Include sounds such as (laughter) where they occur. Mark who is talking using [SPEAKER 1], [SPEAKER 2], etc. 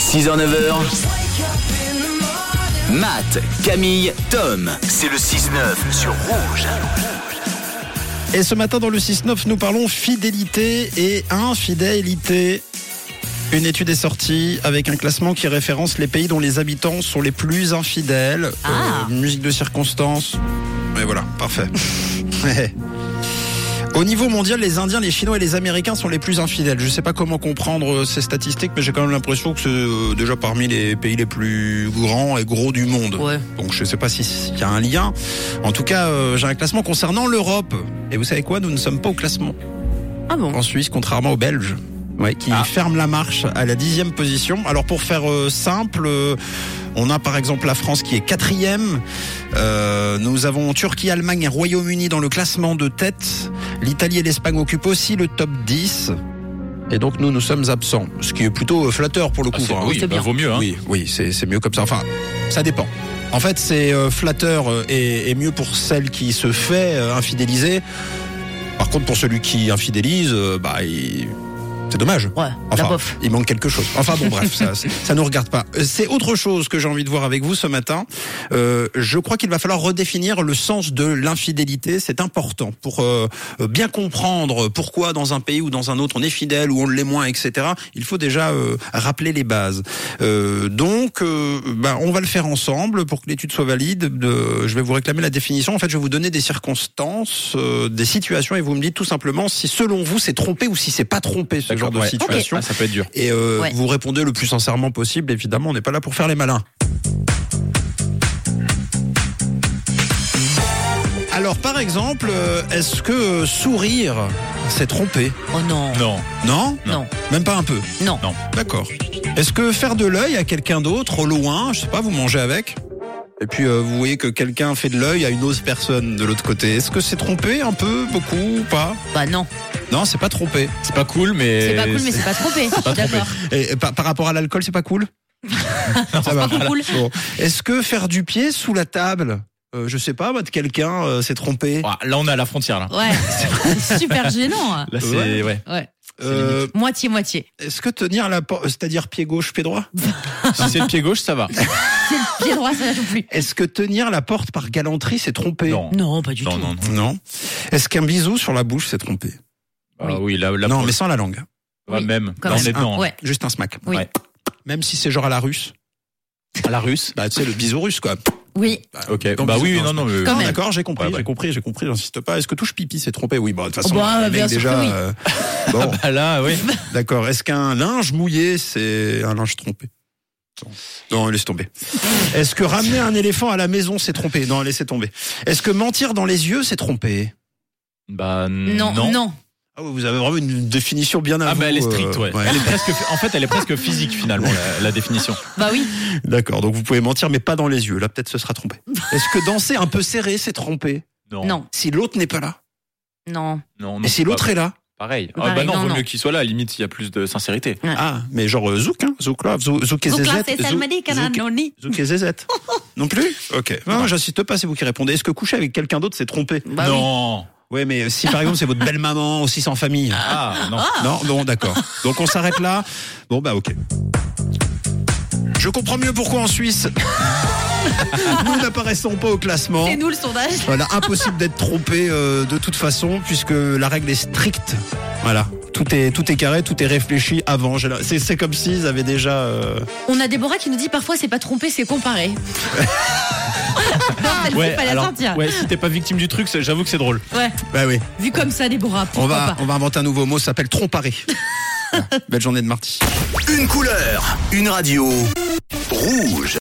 [SPEAKER 1] 6h, 9h. Matt, Camille, Tom. C'est le 6-9 sur Rouge.
[SPEAKER 2] Et ce matin dans le 6-9, nous parlons fidélité et infidélité. Une étude est sortie avec un classement qui référence les pays dont les habitants sont les plus infidèles.
[SPEAKER 3] Ah.
[SPEAKER 2] Euh, musique de circonstance. Et voilà, parfait. Ouais. Au niveau mondial, les Indiens, les Chinois et les Américains sont les plus infidèles. Je ne sais pas comment comprendre euh, ces statistiques, mais j'ai quand même l'impression que c'est euh, déjà parmi les pays les plus grands et gros du monde.
[SPEAKER 3] Ouais.
[SPEAKER 2] Donc je ne sais pas si- s'il y a un lien. En tout cas, euh, j'ai un classement concernant l'Europe. Et vous savez quoi Nous ne sommes pas au classement
[SPEAKER 3] Ah bon
[SPEAKER 2] en Suisse, contrairement aux Belges. Ouais, qui
[SPEAKER 1] Ah.
[SPEAKER 2] ferment la marche à la dixième position. Alors pour faire euh, simple, euh, on a par exemple la France qui est quatrième. Euh, nous avons Turquie, Allemagne et Royaume-Uni dans le classement de tête. L'Italie et l'Espagne occupent aussi le top 10. Et donc nous, nous sommes absents. Ce qui est plutôt euh, flatteur pour le coup.
[SPEAKER 4] Ah, c'est-
[SPEAKER 2] hein.
[SPEAKER 4] oui,
[SPEAKER 3] c'est
[SPEAKER 4] bah,
[SPEAKER 3] bien.
[SPEAKER 4] vaut mieux. Hein.
[SPEAKER 2] Oui, oui, c'est c'est mieux comme ça. Enfin, ça dépend. En fait, c'est euh, flatteur euh, et, et mieux pour celle qui se fait euh, infidéliser. Par contre, pour celui qui infidélise, euh, bah, il- c'est dommage.
[SPEAKER 3] Ouais, la
[SPEAKER 2] Enfin,
[SPEAKER 3] bof.
[SPEAKER 2] il manque quelque chose. Enfin bon, bref,
[SPEAKER 3] (laughs)
[SPEAKER 2] ça, ça nous regarde pas. Euh, C'est autre chose que j'ai envie de voir avec vous ce matin. Euh, je crois qu'il va falloir redéfinir le sens de l'infidélité. C'est important pour euh, bien comprendre pourquoi dans un pays ou dans un autre on est fidèle ou on l'est moins, etc. Il faut déjà euh, rappeler les bases. Euh, donc, euh, ben, on va le faire ensemble pour que l'étude soit valide. De, je vais vous réclamer la définition. En fait, je vais vous donner des circonstances, euh, des situations, et vous me dites tout simplement si selon vous c'est trompé ou si c'est pas trompé ce
[SPEAKER 4] D'accord,
[SPEAKER 2] genre de
[SPEAKER 4] ouais.
[SPEAKER 2] situation.
[SPEAKER 4] Ah, ça peut être dur.
[SPEAKER 2] Et euh,
[SPEAKER 3] Ouais.
[SPEAKER 2] vous répondez le plus sincèrement possible. Évidemment, on n'est pas là pour faire les malins. Alors, par exemple, euh, est-ce que euh, sourire, c'est tromper
[SPEAKER 3] Oh non.
[SPEAKER 4] Non.
[SPEAKER 2] Non
[SPEAKER 3] Non.
[SPEAKER 2] Même pas un peu
[SPEAKER 3] Non.
[SPEAKER 4] Non.
[SPEAKER 2] D'accord. Est-ce que faire de l'œil à quelqu'un d'autre, au loin, je sais pas, vous mangez avec et puis euh, vous voyez que quelqu'un fait de l'œil à une autre personne de l'autre côté. Est-ce que c'est trompé un peu, beaucoup ou pas
[SPEAKER 3] Bah non.
[SPEAKER 2] Non, c'est pas trompé.
[SPEAKER 4] C'est pas cool, mais.
[SPEAKER 3] C'est pas cool, mais c'est (laughs) pas trompé. Je suis D'accord.
[SPEAKER 2] Et, et par, par rapport à l'alcool, c'est pas
[SPEAKER 4] (laughs)
[SPEAKER 2] cool Ça va.
[SPEAKER 3] trop cool.
[SPEAKER 2] Bon. Est-ce que faire du pied sous la table Euh, Je sais pas, moi, de quelqu'un euh, s'est trompé.
[SPEAKER 4] Ah, Là, on est à la frontière. Là,
[SPEAKER 3] Ouais. (laughs) C'est Super (laughs) gênant.
[SPEAKER 4] là
[SPEAKER 2] Ouais.
[SPEAKER 4] c'est. Ouais.
[SPEAKER 3] Ouais.
[SPEAKER 2] Euh,
[SPEAKER 3] Moitié moitié.
[SPEAKER 2] Est-ce que tenir la porte, c'est-à-dire pied gauche, pied droit
[SPEAKER 4] (laughs) si c'est le pied gauche, ça va.
[SPEAKER 3] C'est le pied droit, ça ne joue plus.
[SPEAKER 2] Est-ce que tenir la porte par galanterie, c'est trompé
[SPEAKER 4] Non.
[SPEAKER 3] Non, pas du
[SPEAKER 4] Non,
[SPEAKER 3] tout.
[SPEAKER 4] non, non.
[SPEAKER 2] Non. Est-ce qu'un bisou sur la bouche, c'est trompé
[SPEAKER 4] Ah oui, là, là
[SPEAKER 2] Non,
[SPEAKER 4] pour-
[SPEAKER 2] mais sans la langue.
[SPEAKER 4] ouais,
[SPEAKER 3] Oui,
[SPEAKER 4] même.
[SPEAKER 3] quand
[SPEAKER 4] Non,
[SPEAKER 3] même.
[SPEAKER 4] mais non.
[SPEAKER 3] Ouais.
[SPEAKER 2] Juste un smack.
[SPEAKER 3] Oui.
[SPEAKER 4] Ouais.
[SPEAKER 2] Même si c'est genre à la russe.
[SPEAKER 4] À la russe.
[SPEAKER 2] Bah, tu sais, le bisou russe, quoi.
[SPEAKER 3] Oui.
[SPEAKER 4] Ok.
[SPEAKER 2] Dans
[SPEAKER 4] bah
[SPEAKER 2] le
[SPEAKER 4] oui,
[SPEAKER 2] bisou,
[SPEAKER 4] oui, non, non. mais-
[SPEAKER 3] Quand
[SPEAKER 2] Non,
[SPEAKER 3] même.
[SPEAKER 2] D'accord, j'ai compris,
[SPEAKER 4] Ouais, ouais. Oh,
[SPEAKER 2] j'ai compris, j'ai compris, j'insiste pas. Est-ce que touche pipi, c'est trompé Oui, bah, de toute façon,
[SPEAKER 3] bah,
[SPEAKER 2] le mec,
[SPEAKER 3] bien sûr
[SPEAKER 2] déjà.
[SPEAKER 3] que oui.
[SPEAKER 2] euh,
[SPEAKER 4] (laughs)
[SPEAKER 2] bon,
[SPEAKER 4] Ah (laughs) là,
[SPEAKER 3] (laughs)
[SPEAKER 4] oui.
[SPEAKER 2] d'accord. Est-ce qu'un linge mouillé, c'est un linge trompé Non, laisse tomber. Est-ce que ramener un éléphant à la maison, c'est trompé Non, laissez tomber. Est-ce que mentir dans les yeux, c'est trompé
[SPEAKER 4] Bah
[SPEAKER 3] Non,
[SPEAKER 4] non.
[SPEAKER 3] non.
[SPEAKER 2] Ah ouais, Vous avez vraiment une définition bien à
[SPEAKER 4] Ah
[SPEAKER 2] vous,
[SPEAKER 4] bah elle est
[SPEAKER 2] euh,
[SPEAKER 4] stricte, ouais. Elle est presque. En fait, elle est presque physique finalement la, la définition.
[SPEAKER 3] Bah oui.
[SPEAKER 2] D'accord, donc vous pouvez mentir, mais pas dans les yeux. Là, peut-être ce sera trompé. Est-ce que danser un peu serré, c'est trompé
[SPEAKER 4] Non.
[SPEAKER 3] Non.
[SPEAKER 2] Si l'autre n'est pas là.
[SPEAKER 3] Non.
[SPEAKER 4] Non.
[SPEAKER 2] Et si l'autre est là
[SPEAKER 4] Pareil. Ah
[SPEAKER 3] Pareil,
[SPEAKER 4] bah non,
[SPEAKER 3] non,
[SPEAKER 4] vaut
[SPEAKER 3] non.
[SPEAKER 4] mieux qu'il soit là. à la Limite, il y a plus de sincérité.
[SPEAKER 2] Ah, mais genre euh, Zouk, hein Zouk là, Zou- Zouk et
[SPEAKER 3] Donc là,
[SPEAKER 2] Zézette.
[SPEAKER 3] c'est
[SPEAKER 2] Zouk-
[SPEAKER 3] Salmani
[SPEAKER 2] Zouk-
[SPEAKER 3] Cananoni.
[SPEAKER 2] Zouk et
[SPEAKER 3] (laughs)
[SPEAKER 2] Zézette. Non plus Ok. Non, non, j'insiste pas, c'est vous qui répondez. Est-ce que coucher avec quelqu'un d'autre, c'est trompé
[SPEAKER 3] Bah oui.
[SPEAKER 4] non.
[SPEAKER 2] Ouais, mais euh, si par exemple c'est
[SPEAKER 4] (laughs)
[SPEAKER 2] votre belle maman aussi sans famille.
[SPEAKER 4] Ah non.
[SPEAKER 2] Non, bon, d'accord. Donc on s'arrête là. Bon, bah ok. Je comprends mieux pourquoi en Suisse, (laughs) nous n'apparaissons pas au classement.
[SPEAKER 3] C'est nous le sondage.
[SPEAKER 2] Voilà, impossible d'être trompé euh, de toute façon, puisque la règle est stricte. Voilà, tout est, tout est carré, tout est réfléchi avant. J'ai la- C'est c'est comme s'ils avaient déjà... euh,
[SPEAKER 3] On a Déborah qui nous dit parfois c'est pas trompé, c'est comparé. (laughs) Elle sait pas la
[SPEAKER 4] alors,
[SPEAKER 3] sortir.
[SPEAKER 4] ouais, si t'es pas victime du truc, c'est- j'avoue que c'est drôle.
[SPEAKER 3] Ouais.
[SPEAKER 2] Bah oui,
[SPEAKER 3] Vu comme ça, Déborah,
[SPEAKER 2] on
[SPEAKER 3] pourquoi
[SPEAKER 2] va,
[SPEAKER 3] pas
[SPEAKER 2] on va inventer un nouveau mot, ça s'appelle
[SPEAKER 4] (laughs)
[SPEAKER 2] tromparé. Voilà. Belle journée de mardi.
[SPEAKER 1] Une couleur, une radio. Rouge.